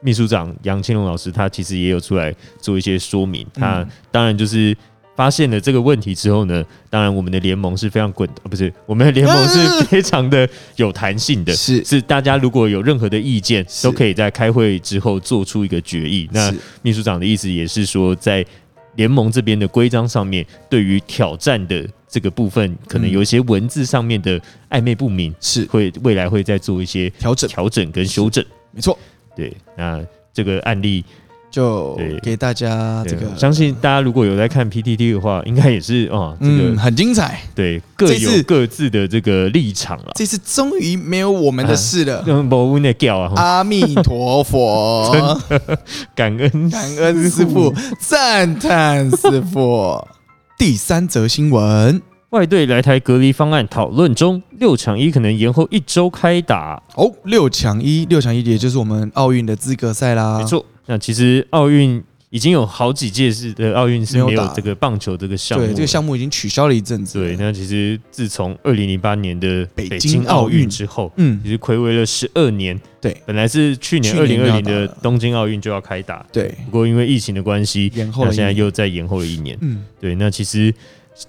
S1: 秘书长杨庆龙老师，他其实也有出来做一些说明。他
S2: 嗯
S1: 当然就是发现了这个问题之后呢，当然我们的联盟是非常滚，啊不是我们的联盟是非常的有弹性的。
S2: 是
S1: 是大家如果有任何的意见，
S2: 是
S1: 都可以在开会之后做出一个决议。那
S2: 是
S1: 秘书长的意思也是说，在联盟这边的规章上面，对于挑战的这个部分，可能
S2: 嗯
S1: 有一些文字上面的暧昧不明，
S2: 是
S1: 会未来会再做一些
S2: 调整，
S1: 调整跟修正。
S2: 没错，
S1: 对，那这个案例，
S2: 就
S1: 对
S2: 给大家
S1: 对
S2: 啊这个呃
S1: 相信大家如果有在看 PTT 的话，应该也是哦，这个、
S2: 嗯很精彩。
S1: 对各
S2: 这次
S1: 有各自的这个立场了。
S2: 这次终于没有我们的事 了。
S1: 嗯，不那叫啊，吼
S2: 阿弥陀 佛，
S1: 感恩
S2: 感恩师傅，赞叹师傅。第三则新闻
S1: 外队来台隔离方案讨论中，六场一可能延后一周开打。
S2: 哦，六强一，六强一也就是我们奥运的资格赛啦。
S1: 没，错，那其实奥运已经有好几届是的奥运是
S2: 没
S1: 没
S2: 有打
S1: 有这个棒球这个项目了，
S2: 对，这个项目已经取消了一阵子。
S1: 对。，那其实自从二零零八年的
S2: 北
S1: 北
S2: 京
S1: 京
S2: 奥
S1: 奥运
S2: 运
S1: 之后，
S2: 嗯，
S1: 其实暌违了十二年。
S2: 对，
S1: 本来是去年
S2: 去
S1: 二零
S2: 年
S1: 二
S2: 要
S1: 零
S2: 打
S1: 的
S2: 的
S1: 东京奥运就要开打，
S2: 对，
S1: 不过因为疫情的关系，
S2: 延后
S1: 那
S2: 了一
S1: 现在
S2: 年。
S1: 又再延后了一年。
S2: 嗯，
S1: 对，那其实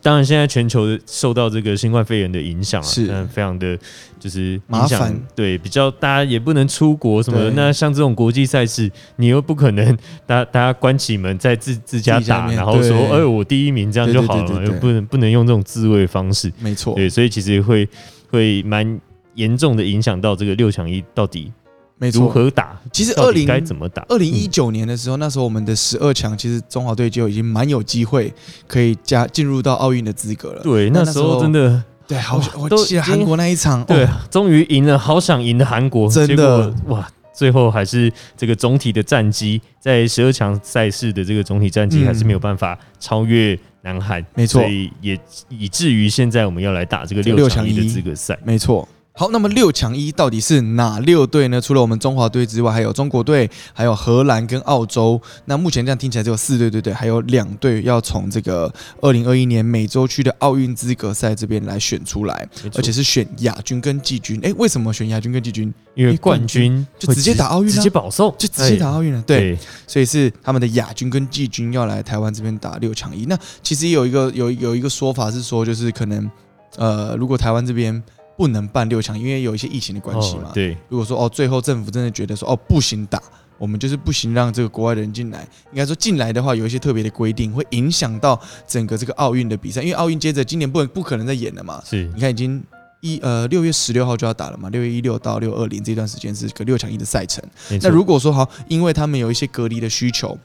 S1: 当然现在全球的受到这个新冠肺炎的影响啊，
S2: 是
S1: 但非常的就是影
S2: 麻
S1: 响
S2: 烦
S1: 对，比较大家也不能出国什么的。
S2: 对
S1: 那像这种国际赛事，你又不可能大家大家关起门在自自家
S2: 自己家
S1: 打，
S2: 面
S1: 然后说
S2: 对
S1: 哎我第一名这样
S2: 对
S1: 就
S2: 对
S1: 好
S2: 对
S1: 了
S2: 对
S1: 嘛，又
S2: 对
S1: 不能不能用这种自卫方式。
S2: 没错。
S1: 对，所以其实会会蛮严重的影响到这个六强一到底
S2: 没错。
S1: 如何打，
S2: 其实
S1: 到
S2: 二
S1: 底
S2: 零
S1: 该怎么打。
S2: 二零一九年的时候，那时候我们的十二强，其实中华队就已经蛮有机会可以加进入到奥运的资格了。
S1: 对，
S2: 那
S1: 那
S2: 时
S1: 时
S2: 候
S1: 候真的
S2: 对，好，我
S1: 都
S2: 记得
S1: 已经
S2: 韩国那一场，
S1: 对
S2: 哦，
S1: 啊，终于赢了，好想赢的韩国，
S2: 真
S1: 结
S2: 的
S1: 果哇，最后还是这个总体的战绩，在十二强赛事的这个总体战绩
S2: 嗯
S1: 还是没有办法超越南韩，
S2: 没错
S1: 所以也以至于现在我们要来打这个六强一的资格赛。
S2: 没错。好，那么六强一到底是哪六队呢？除了我们中华队之外，还有中国队，还有荷兰跟澳洲。那目前这样听起来只有四队，对不对？还有两队要从这个二零二一年美洲区的奥运资格赛这边来选出来，
S1: 没错
S2: 而且是选亚军跟季军。诶，为什么选亚军跟季军？
S1: 因
S2: 因为
S1: 为
S2: 哎冠
S1: 冠军
S2: 就
S1: 会
S2: 直接打奥运啊
S1: 直接保送，
S2: 就直接打
S1: 哎。
S2: 奥运了，对。
S1: 对，
S2: 所以是他们的亚军跟季军要来台湾这边打六强一。那其实也有一个有有一个说法是说，就是可能呃，如果台湾这边不能办六强，因为有一些疫情的关系嘛。
S1: 哦对，
S2: 如果说哦，最后政府真的觉得说哦不行打，我们就是不行让这个国外的人进来。应该说进来的话，有一些特别的规定，会影响到整个这个奥运的比赛，因为奥运接着今年不能不可能再演了嘛。
S1: 是
S2: 你看已经一呃六月十六号就要打了嘛，六月一六到六二零这段时间是个六强一的赛程。
S1: 没错
S2: 那如果说好，因为他们有一些隔离的需求，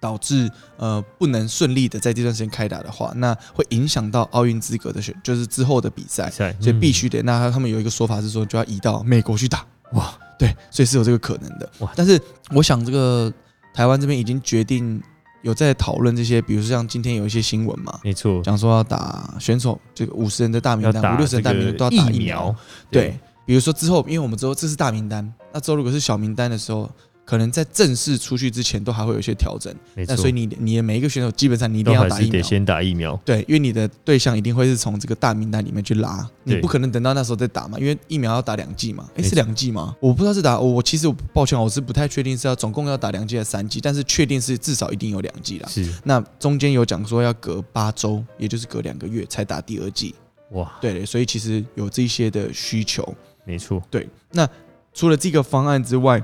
S2: 导致呃不能顺利的在这段时间开打的话，那会影响到奥运资格的选，就是之后的比赛
S1: 比，赛，嗯
S2: 所以必
S1: 须
S2: 须得。那他们有一个说法是说，就要移到美国去打。
S1: 哇，
S2: 对，所以是有这个可能的。哇
S1: 哇，
S2: 但是我想这个台湾这边已经决定有在讨论这些，比如说像今天有一些新闻嘛。
S1: 没错，
S2: 讲说要打选手，这个五十人的大名
S1: 要
S2: 单，五
S1: 打
S2: 六十人大名单
S1: 这
S2: 都要
S1: 个
S2: 打
S1: 疫
S2: 苗
S1: 苗，，
S2: 对，比如说之后，因为我们之后这是大名单，那之后如果是小名单的时候，可能在正式出去之前都还会有一些调整。
S1: 没
S2: 那
S1: 错，
S2: 所以你你的每一个选手基本上你一
S1: 都
S2: 定要
S1: 还
S2: 打
S1: 是
S2: 疫
S1: 得
S2: 苗，
S1: 先打疫苗，
S2: 对，因为你的对象一定会是从这个大名单里面去拉，你
S1: 对
S2: 不可能等到那时候再打嘛，因为疫苗要打两剂嘛。
S1: 没
S2: 诶，
S1: 错
S2: 是两剂吗？我不知道是打，我我其实我抱歉，我是不太确定是要总共要打两剂还是三剂，但是确定是至少一定有两剂啦。
S1: 是
S2: 那中间有讲说要隔八周，也就是隔两个月才打第二剂，
S1: 哇，
S2: 对所以其实有这些的需求。
S1: 没错，
S2: 对，那除了这个方案之外，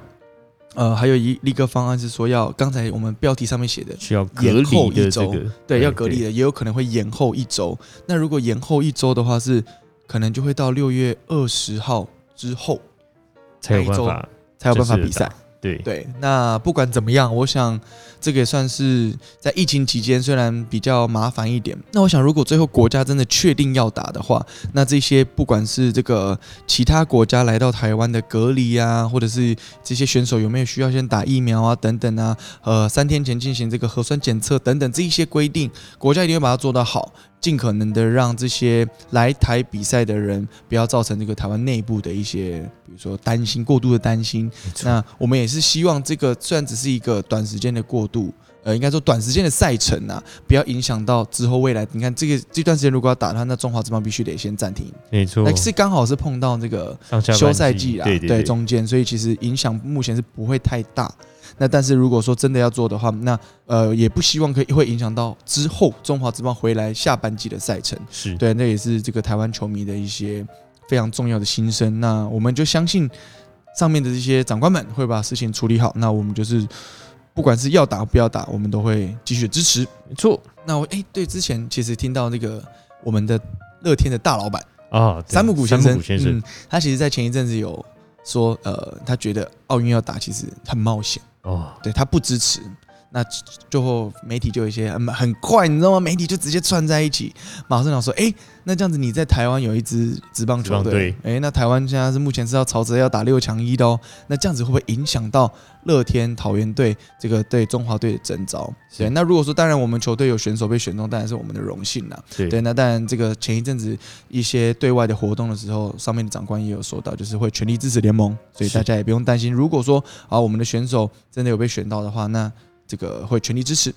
S2: 呃，还有一一个方案是说要刚才我们标题上面写的，
S1: 需要隔
S2: 延后
S1: 离的
S2: 一
S1: 这
S2: 周
S1: 个，
S2: 对，要隔离的，也有可能会延后一周。那如果延后一周的话是，可能就会到六月二十号之后
S1: 才有
S2: 那一
S1: 办
S2: 周
S1: 法，
S2: 才有办法
S1: 正式
S2: 比
S1: 地
S2: 赛。
S1: 对
S2: 对，那不管怎么样，我想这个也算是在疫情期间虽然比较麻烦一点，那我想如果最后国家真的确定要打的话，那这些不管是这个其他国家来到台湾的隔离啊，或者是这些选手有没有需要先打疫苗啊等等啊，呃，三天前进行这个核酸检测等等这一些规定，国家一定会把它做到好。尽可能的让这些来台比赛的人不要造成这个台湾内部的一些，比如说担心过度的担心。那我们也是希望这个虽然只是一个短时间的过渡，呃，应该说短时间的赛程啊，不要影响到之后未来。你看这个这段时间如果要打的话，那中华之棒必须得先暂停。
S1: 没错，
S2: 那是刚好是碰到这个
S1: 上下半
S2: 休赛季啦，
S1: 对对，
S2: 中间，所以其实影响目前是不会太大。那但是如果说真的要做的话，那呃也不希望可以会影响到之后中华职棒回来下半季的赛程。
S1: 是
S2: 对，那也是这个台湾球迷的一些非常重要的心声。那我们就相信上面的这些长官们会把事情处理好。那我们就是不管是要打不要打，我们都会继续支持。
S1: 没错
S2: 那我哎、对，之前其实听到那个我们的乐天的大老板。
S1: 啊，对
S2: 山木谷
S1: 山
S2: 先
S1: 木谷
S2: 生，
S1: 先生
S2: 嗯，他其实，在前一阵子有说，呃，他觉得奥运要打其实很冒险，
S1: 哦，
S2: 对他不支持。那最后媒体就有一些很很快，你知道吗？媒体就直接串在一起，马上想说，哎、那这样子你在台湾有一支职棒球
S1: 职棒
S2: 队
S1: 队，
S2: 哎、那台湾现在是目前是要朝着要打六强一的哦，那这样子会不会影响到乐天桃园队这个对中华队的征召？
S1: 是
S2: 对，那如果说当然我们球队有选手被选中，当然是我们的荣幸啦。
S1: 对
S2: 对，那当然，这个前一阵子一些对外的活动的时候，上面的长官也有说到，就是会全力支持联盟，所以
S1: 是
S2: 大家也不用担心。如果说啊，我们的选手真的有被选到的话，那这个会全力支持。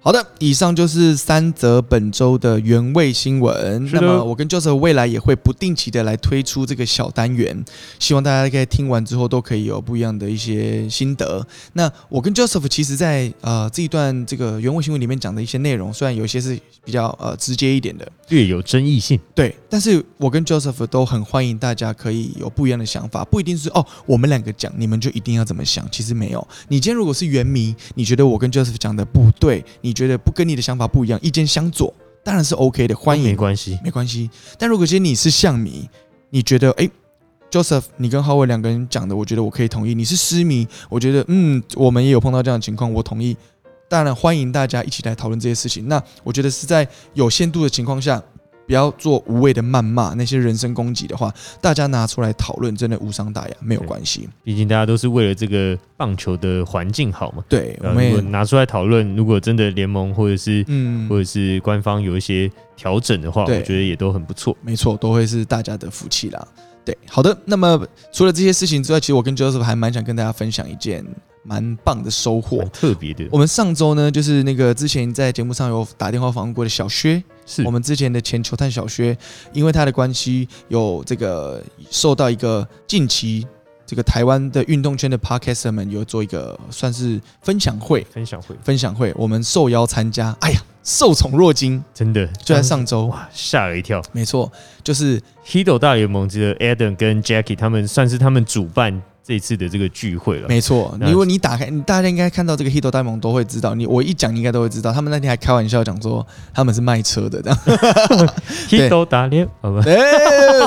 S2: 好的，以上就是三则本周的原味新闻。
S1: 是的
S2: 那么我跟 Joseph 未来也会不定期的来推出这个小单元，希望大家在听完之后都可以有不一样的一些心得。那我跟 Joseph 其实在，呃这一段这个原味新闻里面讲的一些内容，虽然有一些是比较呃直接一点的，
S1: 略有争议性，
S2: 对，但是我跟 Joseph 都很欢迎大家可以有不一样的想法，不一定是哦，我们两个讲，你们就一定要怎么想。其实没有，你今天如果是原迷，你觉得我跟 Joseph 讲的不对，你觉得不跟你的想法不一样，意见相左，当然是 OK 的，欢
S1: 没
S2: 迎，
S1: 关系，
S2: 没关系。但如果今天你是象迷，你觉得哎。Joseph，你跟浩伟两个人讲的，我觉得我可以同意。你是狮迷，我觉得嗯，我们也有碰到这样的情况，我同意。当然，欢迎大家一起来讨论这些事情。那我觉得是在有限度的情况下，不要做无谓的谩骂，那些人身攻击的话，大家拿出来讨论，真的无伤大雅，没有关系。
S1: 毕竟大家都是为了这个棒球的环境好嘛。
S2: 对，我
S1: 呃
S2: 们
S1: 如果
S2: 也
S1: 拿出来讨论，如果真的联盟或者是
S2: 嗯
S1: 或，者是官方有一些调整的话，
S2: 对
S1: 我觉得也都很不错。
S2: 没错，都会是大家的福气啦。对，好的。那么除了这些事情之外，其实我跟 Joseph 还蛮想跟大家分享一件蛮棒的收获
S1: 蛮。特别的
S2: 我们上周呢，就是那个之前在节目上有打电话访问过的小薛，
S1: 是
S2: 我们之前的前球探小薛，因为他的关系有这个受到一个近期这个台湾的运动圈的 podcaster 们有做一个算是分享会，
S1: 分享会，
S2: 分享会我们受邀参加，哎呀，受宠若惊，
S1: 真的
S2: 就在上周，
S1: 哇吓了一跳。
S2: 没错，就是。
S1: Hido 大联盟的 Adam 跟 Jackie 他们算是他们主办这次的这个聚会了。
S2: 没错，
S1: 那
S2: 如果你打开，你大家应该看到这个 Hito 呆萌都会知道，你我一讲你应该都会知道。他们那天还开玩笑讲说他们是卖车的，这样。
S1: Hido 大联，好吧，
S2: 哎、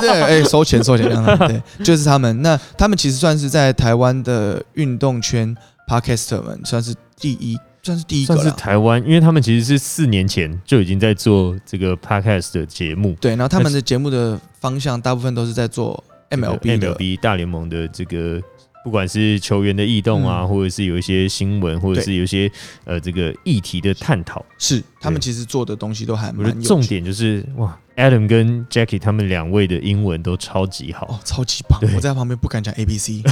S2: 对对，哎、收钱收钱，这样子。对，就是他们。那他们其实算是在台湾的运动圈 Podcaster 们算是第一，算是第一个
S1: 算
S2: 啦
S1: 是台湾，因为他们其实是四年前就已经在做这个 podcast 的节目
S2: 对，然后他们的节目的方向大部分都是在做 MLB 的
S1: MLB 大联盟的这个。不管是球员的异动啊，
S2: 嗯
S1: 或者是有一些新闻，或者
S2: 对
S1: 是有一些呃这个议题的探讨，
S2: 是他们
S1: 对
S2: 其实做的东西都还
S1: 我
S2: 蛮
S1: 觉
S2: 有
S1: 得
S2: 趣
S1: 重点就是哇，Adam 跟 Jackie 他们两位的英文都超级好，
S2: 哦，超级棒！
S1: 对
S2: 我在旁边不敢讲 A B C，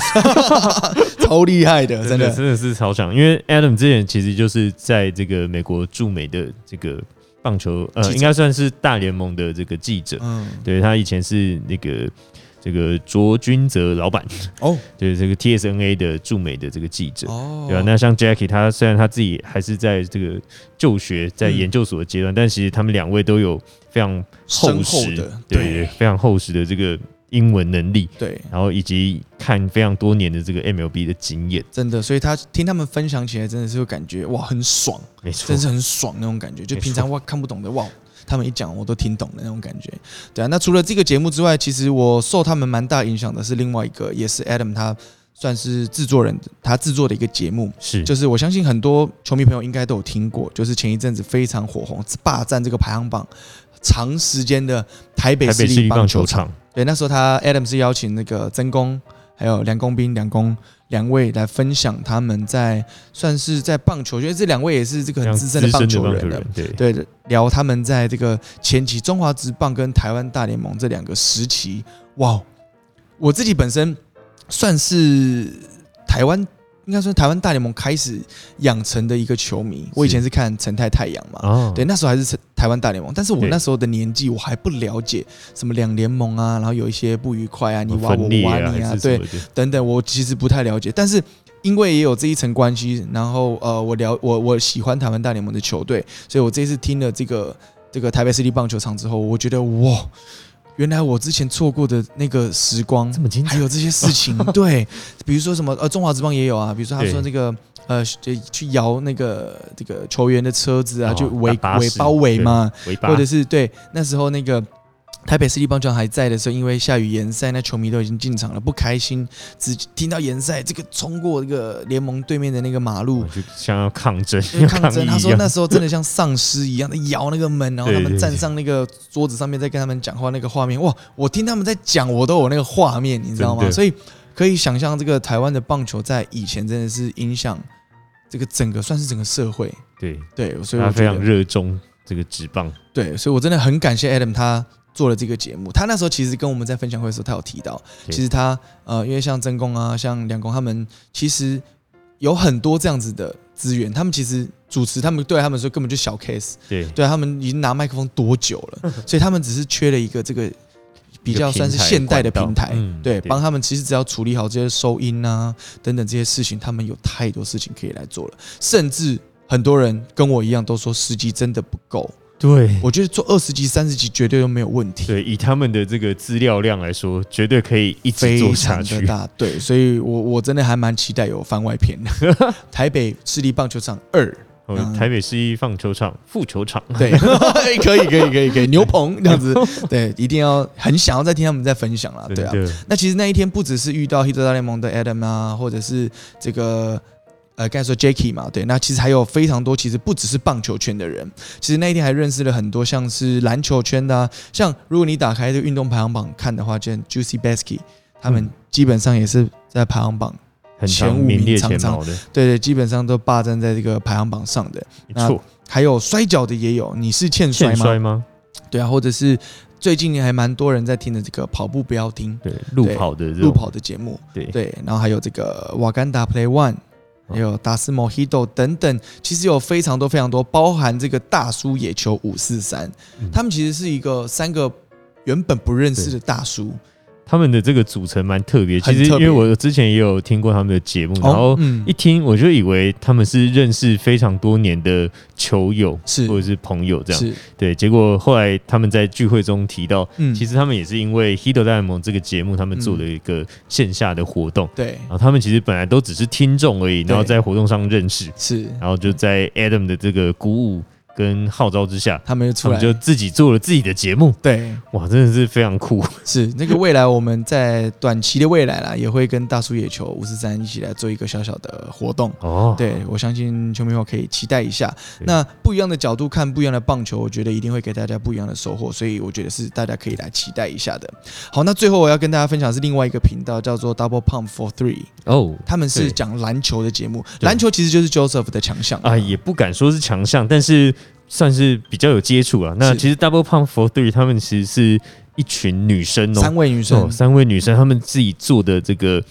S2: 超厉害的，真的。
S1: 啊真的是超强。因为 Adam 之前其实就是在这个美国驻美的这个棒球，
S2: 记
S1: 呃，
S2: 者
S1: 应该算是大联盟的这个记者，
S2: 嗯，
S1: 对他以前是那个这个卓君泽老板，
S2: 哦
S1: 对这个 TSNA 的驻美的这个记者。
S2: 哦，
S1: 对啊，那像 Jackie，他虽然他自己还是在这个就学，在
S2: 嗯
S1: 研究所的阶段，但其实他们两位都有非常厚
S2: 深厚
S1: 实
S2: 的，
S1: 对对，非常厚实的这个英文能力，
S2: 对，
S1: 然后以及看非常多年的这个 MLB 的经验，
S2: 真的。所以他听他们分享起来，真的是会感觉哇，很爽，
S1: 没错
S2: 真，是很爽那种感觉。就平常哇看不懂的哇，他们一讲我都听懂的那种感觉。对啊，那除了这个节目之外，其实我受他们蛮大影响的是另外一个，也是 Adam 他算是制作人，他制作的一个节目，
S1: 是
S2: 就是我相信很多球迷朋友应该都有听过，就是前一阵子非常火红，霸占这个排行榜长时间的台北
S1: 台
S2: 市
S1: 北市
S2: 立
S1: 立
S2: 棒
S1: 棒
S2: 球
S1: 球
S2: 场。
S1: 场，
S2: 对，那时候他 Adam 是邀请那个曾公还有梁公斌、梁公两位来分享他们在算是在棒球，因为这两位也是这个很
S1: 像
S2: 资深的棒球人了。
S1: 人，对
S2: 对，聊他们在这个前期中华职棒跟台湾大联盟这两个时期，哇，我自己本身算是台湾，应该说台湾大联盟开始养成的一个球迷。我以前是看陈泰太阳嘛，
S1: 啊，
S2: 对，那时候还是台湾大联盟，但是我
S1: 对
S2: 那时候的年纪，我还不了解什么两联盟啊，然后有一些不愉快啊，你挖我
S1: 分裂
S2: 我挖
S1: 啊，
S2: 你啊
S1: 还，是
S2: 对
S1: 什，么的
S2: 等等，我其实不太了解，但是因为也有这一层关系，然后呃，我了我我喜欢台湾大联盟的球队，所以我这次听了这个这个台北市立棒球场之后，我觉得哇，原来我之前错过的那个时光
S1: 这，么精
S2: 还
S1: 彩，
S2: 有这些事 情，对，比如说什么呃，中华职棒也有啊，比如说他
S1: 对
S2: 说那个呃，去去摇那个这个球员的车子啊，
S1: 哦
S2: 就围
S1: 搭巴
S2: 围
S1: 士
S2: 包围
S1: 对
S2: 嘛，
S1: 尾巴
S2: 或者是对那时候那个台北市立棒球场还在的时候，因为下雨延赛，那球迷都已经进场了，不开心，只听到延赛这个冲过这个联盟对面的那个马路
S1: 我。就像要抗争，
S2: 就是
S1: 要
S2: 抗争，
S1: 议
S2: 他
S1: 一
S2: 说那
S1: 样，
S2: 时候真的像丧尸一样的摇那个门，然后他
S1: 对
S2: 们
S1: 对
S2: 站
S1: 对
S2: 上那个桌子上面在跟他们讲话，那个画面哇，我听他们在讲，我都有那个画面，你知道
S1: 真
S2: 吗？
S1: 的
S2: 所以可以想象，这个台湾的棒球在以前真的是影响这个整个算是整个社会，
S1: 对，
S2: 对，所以我
S1: 他啊非
S2: 觉得
S1: 常热衷这个纸棒，
S2: 对，所以我真的很感谢 Adam 他做了这个节目。他那时候其实跟我们在分享会的时候，他有提到，
S1: 对
S2: 其实他呃，因为像曾公啊、像梁公他们，其实有很多这样子的资源。他们其实主持，他们对他们说根本就小 case，
S1: 对，
S2: 对他们已经拿麦克风多久
S1: 嗯
S2: 了，所以他们只是缺了一个这个比较算是现代的平台
S1: 一个平台管道嗯，
S2: 对，
S1: 对
S2: 帮他们其实只要处理好这些收音啊等等这些事情，他们有太多事情可以来做了，甚至。很多人跟我一样都说时机真的不够，
S1: 对。
S2: 我觉得做二十集、三十集绝对都没有问题，
S1: 对，以他们的这个资料量来说，绝对可以一直
S2: 非
S1: 做下
S2: 常
S1: 去
S2: 的。大。对，所以我我真的还蛮期待有番外篇 的，《台北市立棒球场二》。
S1: 哦
S2: 嗯，啊
S1: 台北市一棒球场、副球场，
S2: 对，可以，可以，可以，可以，牛棚这样子，对，一定要很想要再听他们在分享啦，
S1: 真
S2: 对啊。
S1: 的
S2: 那其实那一天不只是遇到《黑色大联盟》的 Adam 啊，或者是这个呃刚才说 Jacky 嘛，对，那其实还有非常多，其实不只是棒球圈的人，其实那一天还认识了很多像是篮球圈的、啊，像如果你打开这个运动排行榜看的话，就 Juicy Basky 他们
S1: 嗯
S2: 基本上也是在排行榜，
S1: 很
S2: 前
S1: 常
S2: 五名
S1: 名列
S2: 常
S1: 前
S2: 常
S1: 茅的，
S2: 对对，基本上都霸占在这个排行榜上的。
S1: 没
S2: 那
S1: 错。
S2: 还有摔跤的也有，你是欠摔
S1: 欠
S2: 吗？
S1: 摔吗？
S2: 对啊，或者是最近还蛮多人在听的这个跑步不要听
S1: 对，路
S2: 对
S1: 跑的这种
S2: 路跑的节目，
S1: 对哦
S2: 对，然后还有这个瓦干达 Play One，还有达斯 Mojito 等等，其实有非常多非常多，包含这个大叔野球五四三
S1: 嗯，
S2: 他们其实是一个三个原本不认识的大叔，
S1: 他们的这个组成蛮特别。
S2: 很
S1: 其实
S2: 特
S1: 因
S2: 别
S1: 为我之前也有听过他们的节目，然
S2: 哦
S1: 后
S2: 嗯
S1: 一听我就以为他们是认识非常多年的球友
S2: 是
S1: 或者是朋友这样。
S2: 是
S1: 对，结果后来他们在聚会中提到，
S2: 嗯
S1: 其实他们也是因为《h i d o 大联盟》这个节目，他们做了一个线下的活动。
S2: 对
S1: 然后他们其实本来都只是听众而已，
S2: 嗯对
S1: 然后在活动上认识，
S2: 是，
S1: 然后就在 Adam 的这个鼓舞跟号召之下，
S2: 他们就出
S1: 他们
S2: 来
S1: 就自己做了自己的节目，
S2: 对，
S1: 哇，真的是非常酷。
S2: 是那个未来我们在短期的未来啦，也会跟大叔野球五四三一起来做一个小小的活动。
S1: 哦，
S2: 对，我相信球迷朋友可以期待一下。
S1: 对
S2: 那不一样的角度看不一样的棒球，我觉得一定会给大家不一样的收获，所以我觉得是大家可以来期待一下的。好，那最后我要跟大家分享的是另外一个频道叫做 Double Pump for Three，
S1: 哦，
S2: 他们是
S1: 对
S2: 讲篮球的节目，
S1: 对
S2: 篮球其实就是 Joseph 的强项
S1: 啊，也不敢说是强项，但是算是比较有接触了。那
S2: 是
S1: 其实 Double Pump for Three 他们其实是一群女生哦，
S2: 三位女生
S1: 哦，三位女生她们自己做的这个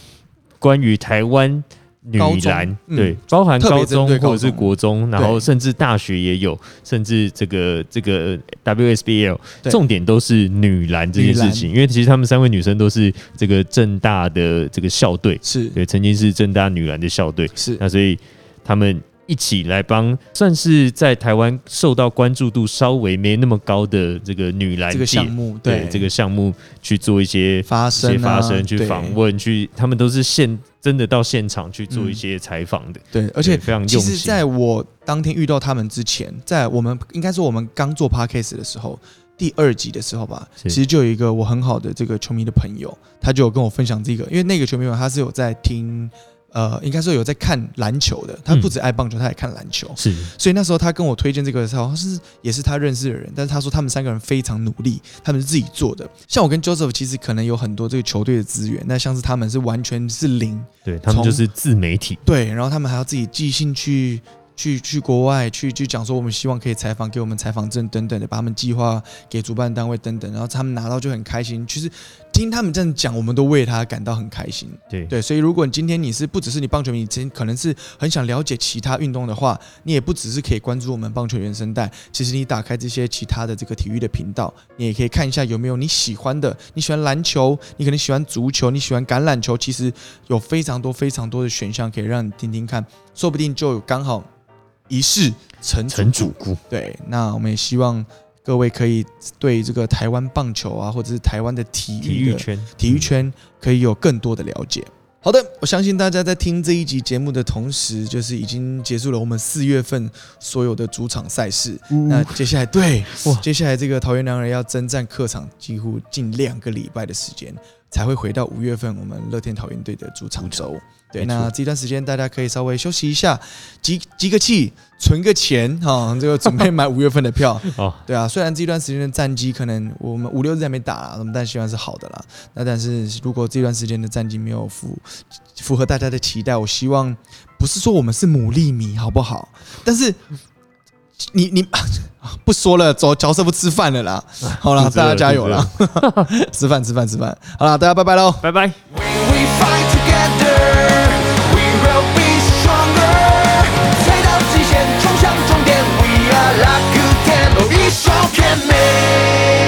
S1: 关于台湾女
S2: 高中
S1: 篮，
S2: 嗯
S1: 对，包含
S2: 特别
S1: 高
S2: 针
S1: 中
S2: 对
S1: 或者
S2: 高中
S1: 是国中，然
S2: 对
S1: 后甚至大学也有，甚至这个这个呃 WSBL，
S2: 对
S1: 重点都是女篮这件事情，因为其实她们三位女生都是这个正大的这个校队，
S2: 是
S1: 对，曾经是正大女篮的校队，
S2: 是
S1: 那所以他们一起来帮，算是在台湾受到关注度稍微没那么高的这个女篮
S2: 这个
S1: 界
S2: 项目
S1: 对这个项目去做一些
S2: 发
S1: 一些
S2: 生啊
S1: 发声、去
S2: 对
S1: 访问、去，他们都是现真的到现场去做一些采访的，
S2: 对，嗯而且
S1: 对非常
S2: 其
S1: 用
S2: 实，
S1: 心。
S2: 在我当天遇到他们之前，在我们应该说我们刚做 podcast 的时候，第二集的时候吧，
S1: 是
S2: 其实就有一个我很好的这个球迷的朋友，他就有跟我分享这个，因为那个球迷朋友他是有在听呃，应该说有在看篮球的，他不
S1: 嗯
S2: 只爱棒球，他也看篮球。
S1: 是
S2: 所以那时候他跟我推荐这个的时候，他是也是他认识的人，但是他说他们三个人非常努力，他们是自己做的。像我跟 Joseph 其实可能有很多这个球队的资源，那像是他们是完全是零，
S1: 对他们就是自媒体，
S2: 对，然后他们还要自己寄信去去去国外去去讲说我们希望可以采访，给我们采访证等等的，把他们计划给主办单位等等，然后他们拿到就很开心。其实听他们这样讲，我们都为他感到很开心。
S1: 对
S2: 对，所以如果你今天你是不只是你棒球迷，你真可能是很想了解其他运动的话，你也不只是可以关注我们棒球原声带，其实你打开这些其他的这个体育的频道，你也可以看一下有没有你喜欢的。你喜欢篮球，你可能喜欢足球，你喜欢橄榄球，其实有非常多非常多的选项可以让你听听看，说不定就有刚好一试成主
S1: 陈主顾，
S2: 对，那我们也希望各位可以对这个台湾棒球啊，或者是台湾的体育
S1: 体育
S2: 的
S1: 圈，
S2: 体育圈可以有更多的了解。好的，我相信大家在听这一集节目的同时，就是已经结束了我们四月份所有的主场赛事。
S1: 嗯
S2: 那接下来，对，
S1: 哇
S2: 接下来这个桃园良人要征战客场，几乎近两个礼拜的时间才会回到五月份我们乐天桃园队的主场周。对，
S1: 没错
S2: 那这段时间大家可以稍微休息一下，集集个气，存个钱哈、这个准备买五月份的票。
S1: 哦，
S2: 对啊，虽然这段时间的战绩可能我们五六日还没打啦，我们但希望是好的啦。那但是如果这段时间的战绩没有符符合大家的期待，我希望不是说我们是牡蛎迷好不好？但是你你 不说了，走，乔瑟夫吃饭了啦。好啦，
S1: 肚子饿
S2: 大家
S1: 了
S2: 加油啦！ 吃饭吃饭吃饭，好啦，大家拜拜喽。
S1: 拜拜。
S3: When we fight together, we will be stronger. 踩到极限，冲向终点，We are like you can, oh it's okay man.